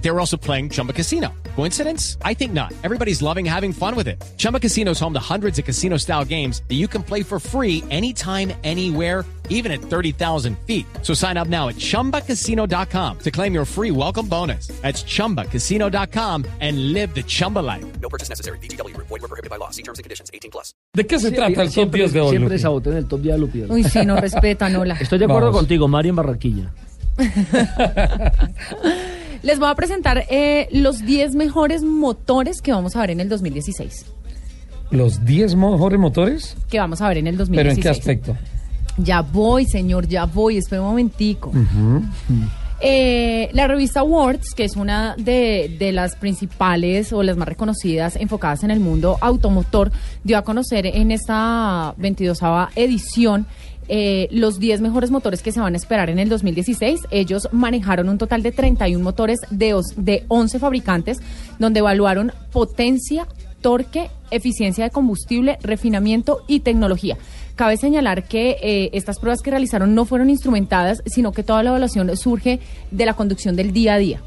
They were also playing Chumba Casino. Coincidence? I think not. Everybody's loving having fun with it. Chumba Casino is home to hundreds of casino style games that you can play for free anytime, anywhere even at 30,000 feet. So sign up now at ChumbaCasino.com to claim your free welcome bonus. That's ChumbaCasino.com and live the Chumba life. No purchase necessary. BGW. Void were prohibited by law. See terms and conditions. 18 plus. ¿De qué se trata el top 10 de hoy? Siempre Lupi? sabotean el top 10 de Lupi. Uy, sí, no respetan, hola. Estoy de acuerdo Vamos. contigo, Mario en Barranquilla. Les voy a presentar eh, los 10 mejores motores que vamos a ver en el 2016. ¿Los 10 mejores motores? Que vamos a ver en el 2016. ¿Pero en qué aspecto? Ya voy, señor, ya voy, espera un momentico. Eh, la revista Words, que es una de, de las principales o las más reconocidas enfocadas en el mundo automotor, dio a conocer en esta 22 edición eh, los 10 mejores motores que se van a esperar en el 2016. Ellos manejaron un total de 31 motores de, os- de 11 fabricantes, donde evaluaron potencia, torque, eficiencia de combustible, refinamiento y tecnología. Cabe señalar que eh, estas pruebas que realizaron no fueron instrumentadas, sino que toda la evaluación surge de la conducción del día a día.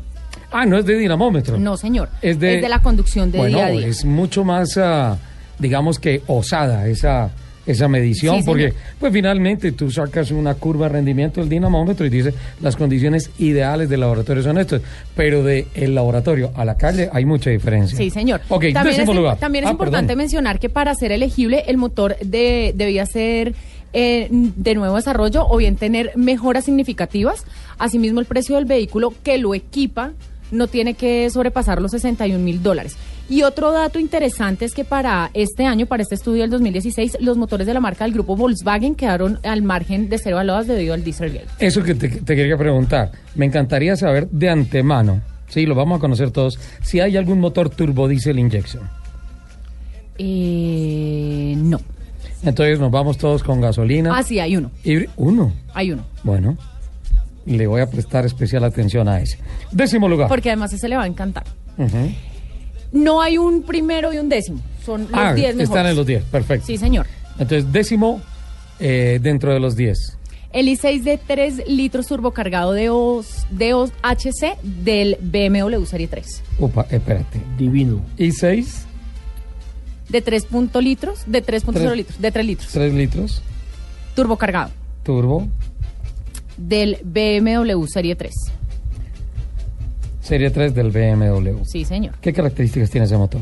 Ah, no es de dinamómetro. No, señor. la conducción del bueno, día a día. es mucho más, ah, digamos que osada esa, esa medición, Sí, porque señor. pues finalmente tú sacas una curva de rendimiento del dinamómetro y dices las condiciones ideales del laboratorio son estas, pero del el laboratorio a la calle hay mucha diferencia. Sí, señor. Ok, también décimo es, lugar. también es Ah, importante perdón. mencionar que para ser elegible el motor de- debía ser eh, de nuevo desarrollo o bien tener mejoras significativas. Asimismo, el precio del vehículo que lo equipa no tiene que sobrepasar los 61 mil dólares. Y otro dato interesante es que para este año, para este estudio del 2016, los motores de la marca del grupo Volkswagen quedaron al margen de ser evaluadas debido al Dieselgate. Eso que te, te quería preguntar, me encantaría saber de antemano, sí, lo vamos a conocer todos, si hay algún motor turbodiesel injection. Eh, no. Entonces nos vamos todos con gasolina. Ah, sí, hay uno. Y uno. Hay uno. Bueno, le voy a prestar especial atención a ese. Décimo lugar. Porque además ese le va a encantar. Ujú. No hay un primero y un décimo. Son Ah, los 10 mejores. están en los 10, perfecto. Sí, señor. Entonces, décimo eh, dentro de los 10. El i6 de 3 litros turbocargado de, os, de os- HC del BMW Serie 3. Upa, espérate. Divino. Y 6, De 3 punto litros, de 3.0 Tres. litros, de 3 litros. 3 litros, Turbocargado turbo, del BMW Serie 3. serie 3 del BMW. Sí, señor. ¿Qué características tiene ese motor?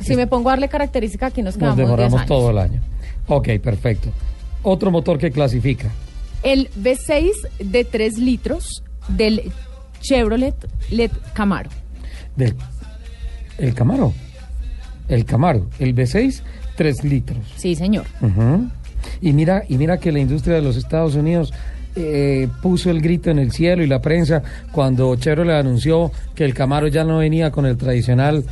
Si me pongo a darle característica, aquí nos Nos quedamos 10 demoramos años. todo el año. Ok, perfecto. Otro motor que clasifica. El V6 de 3 litros del Chevrolet Led Camaro. Del, el Camaro. El Camaro. El V6, 3 litros. Sí, señor. Ujú. Y mira, y mira que la industria de los Estados Unidos eh, puso el grito en el cielo y la prensa cuando Chevrolet anunció que el Camaro ya no venía con el tradicional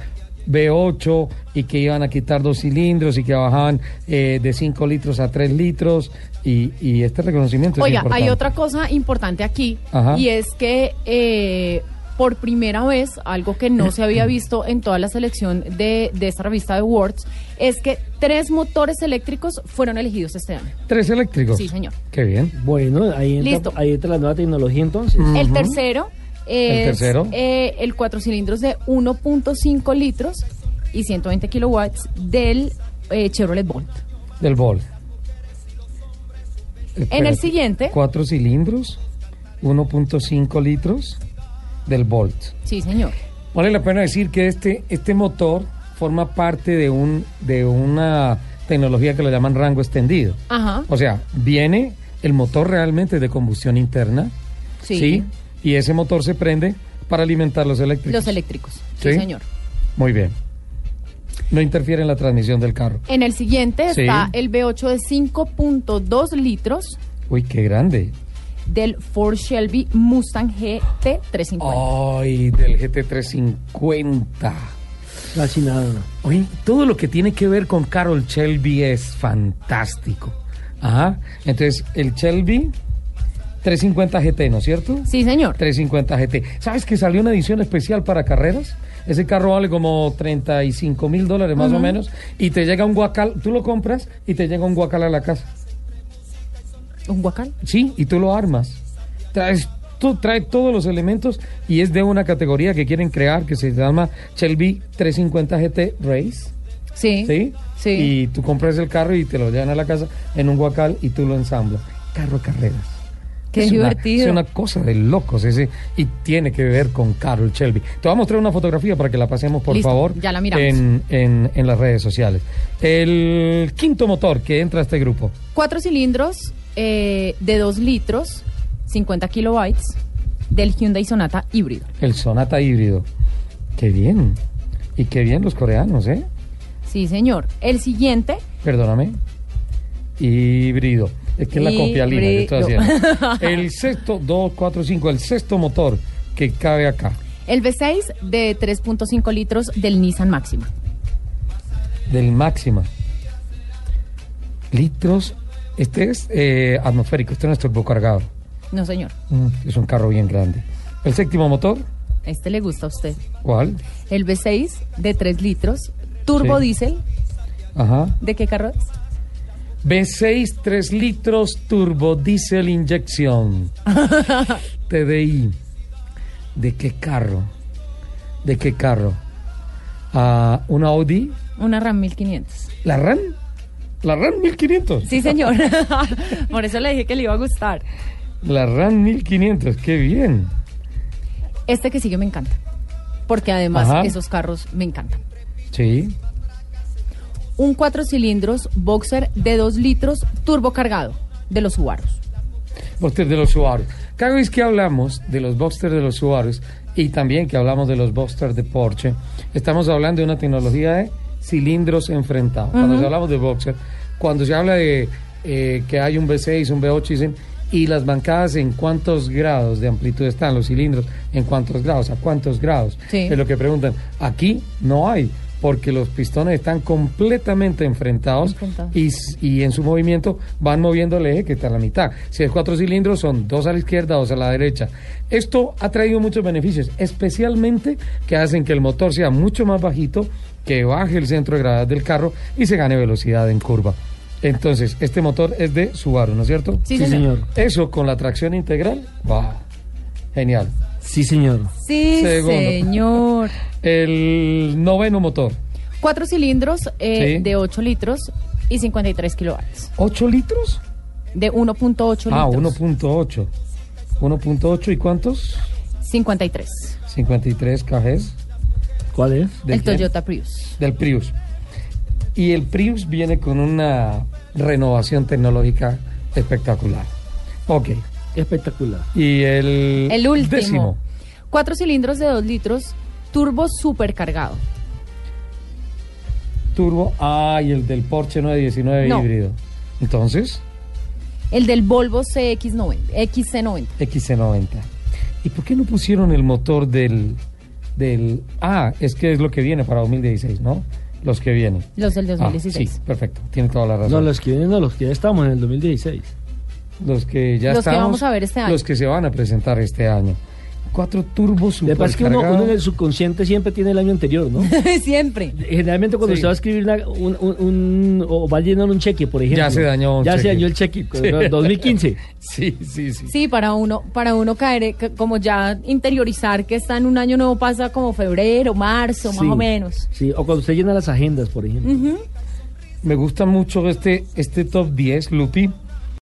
V8 y que iban a quitar dos cilindros y que bajaban eh, de 5 litros a 3 litros y, y este reconocimiento es Oiga, importante. hay otra cosa importante aquí Ajá. y es que eh, por primera vez, algo que no se había visto en toda la selección de, de esta revista de Words, es que tres motores eléctricos fueron elegidos este año. Tres eléctricos. Sí, señor. Qué bien. Bueno, ahí entra, Listo. ahí entra la nueva tecnología entonces. El tercero es ¿El tercero? eh, el cuatro cilindros de 1.5 litros y 120 kilowatts del eh, Chevrolet Bolt. Del Bol. En el siguiente, Cuatro cilindros, 1.5 litros del Volt. sí señor, Vale la pena decir que este, este motor forma parte de, un, de una tecnología que lo llaman rango extendido. ajá, O sea, viene el motor realmente de combustión interna, Sí. Y ese motor se prende para alimentar los eléctricos. los eléctricos, sí Sí. señor. Muy bien. No interfiere en la transmisión del carro. En el siguiente Sí. está el V8 de 5.2 litros Uy, qué grande. del Ford Shelby Mustang GT350. Ay, del GT350. Casi nada. Oye, todo lo que tiene que ver con Carol Shelby es fantástico. Ajá. Entonces, el Shelby 350 GT, ¿no es cierto? Sí, señor. Oh. 350 GT. ¿Sabes que salió una edición especial para carreras? Ese carro vale como 35 mil dólares más o menos. Y te llega un guacal, tú lo compras y te llega un guacal a la casa. ¿Un guacal? Sí, y tú lo armas. Traes, tú, trae todos los elementos y es de una categoría que quieren crear que se llama Shelby 350 GT Race. Sí. ¿Sí? Sí. Y tú compras el carro y te lo llevan a la casa en un guacal y tú lo ensamblas. Carro de carreras. Qué Es una- divertido. es una cosa de locos ese y tiene que ver con Carol Shelby. Te voy a mostrar una fotografía para que la pasemos, por Listo, favor, ya la miramos. En, en- en las redes sociales. El quinto motor que entra a este grupo. Cuatro cilindros eh, de 2 litros, 50 kilobytes, del Hyundai Sonata híbrido. El Sonata híbrido. Qué bien. Y qué bien los coreanos, ¿eh? Sí, señor. El siguiente. Perdóname. Híbrido. Es que es la copialina que estoy Híbrido. haciendo. El sexto, 2, 4, 5, el sexto motor que cabe acá. El V6 de 3.5 litros del Nissan Máxima. del máxima. Litros. Este es eh, atmosférico, este no es turbocargado. No, señor. Mm, es un carro bien grande. El séptimo motor, Este le gusta a usted. ¿cuál? El V6 de 3 litros, turbo Sí. diésel. Ajá. ¿De qué carro es? B6 3 litros turbo diesel inyección. TDI. ¿De qué carro? ¿De qué carro? Ah, ¿Una Audi? Una RAM 1500. ¿La RAM? ¿La RAM 1500? Sí, señor. Por eso le dije que le iba a gustar. La RAM 1500, qué bien. Este que sigue me encanta. Porque además Ajá. esos carros me encantan. Sí. Un cuatro cilindros boxer de 2 litros turbo cargado de los Subaru. Boxster de los Subaru. Cada vez que hablamos de los Boxster de los Subaru y también que hablamos de los Boxster de Porsche, estamos hablando de una tecnología de cilindros enfrentados. Cuando se hablamos de Boxster, cuando se habla de eh, que hay un V6, un V8, dicen, y las bancadas en cuántos grados de amplitud están los cilindros, en cuántos grados, a cuántos grados. Sí. Es lo que preguntan. Aquí no hay, porque los pistones están completamente enfrentados Enfrentados. y, s- y en su movimiento van moviendo el eje que está a la mitad. Si es cuatro cilindros, son dos a la izquierda, dos a la derecha. Esto ha traído muchos beneficios, especialmente que hacen que el motor sea mucho más bajito, que baje el centro de gravedad del carro y se gane velocidad en curva. Entonces, este motor es de Subaru, ¿no es cierto? Sí, Sí, señor. señor. Eso con la tracción integral, ¡wow! Genial. Sí, señor. Sí, Segundo. señor. El noveno motor, Cuatro cilindros eh, Sí. de 8 litros y 53 kilovatios. ¿8 litros? De 1.8 Ah, litros. 1.8. 1.8 y cuántos? 53. 53 kgs. ¿Cuál es? ¿Del El qué? Toyota Prius. Del Prius. Y el Prius viene con una renovación tecnológica espectacular. Ok. Espectacular. Y el, El último. décimo. Cuatro cilindros de 2 litros, turbo supercargado. Turbo. Ah, y el del Porsche 919 No. híbrido. Entonces, El del Volvo CX90, XC90. XC90. ¿Y por qué no pusieron el motor del, del. Ah, es que es lo que viene para 2016, ¿no? Los que vienen. Los del Ah, 2016. sí, perfecto. Tiene toda la razón. No, los que vienen, no, los que ya estamos en el 2016. Los que ya Los que estamos, vamos a ver este año. Los que se van a presentar este año. Cuatro turbos Lo que pasa es que uno, supercargados. uno en el subconsciente siempre tiene el año anterior, ¿no? Siempre. Generalmente cuando Sí. usted va a escribir una- un, un- un- o va a llenar un cheque, por ejemplo. Ya se dañó un Ya se cheque. dañó el cheque. Sí. 2015. Sí, sí, sí. Sí, para uno, para uno caer, eh, c- como ya interiorizar que está en un año nuevo, pasa como febrero, marzo, Sí. más o menos. Sí, o cuando usted llena las agendas, por ejemplo. Ujú. Me gusta mucho este, este top 10, Lupi,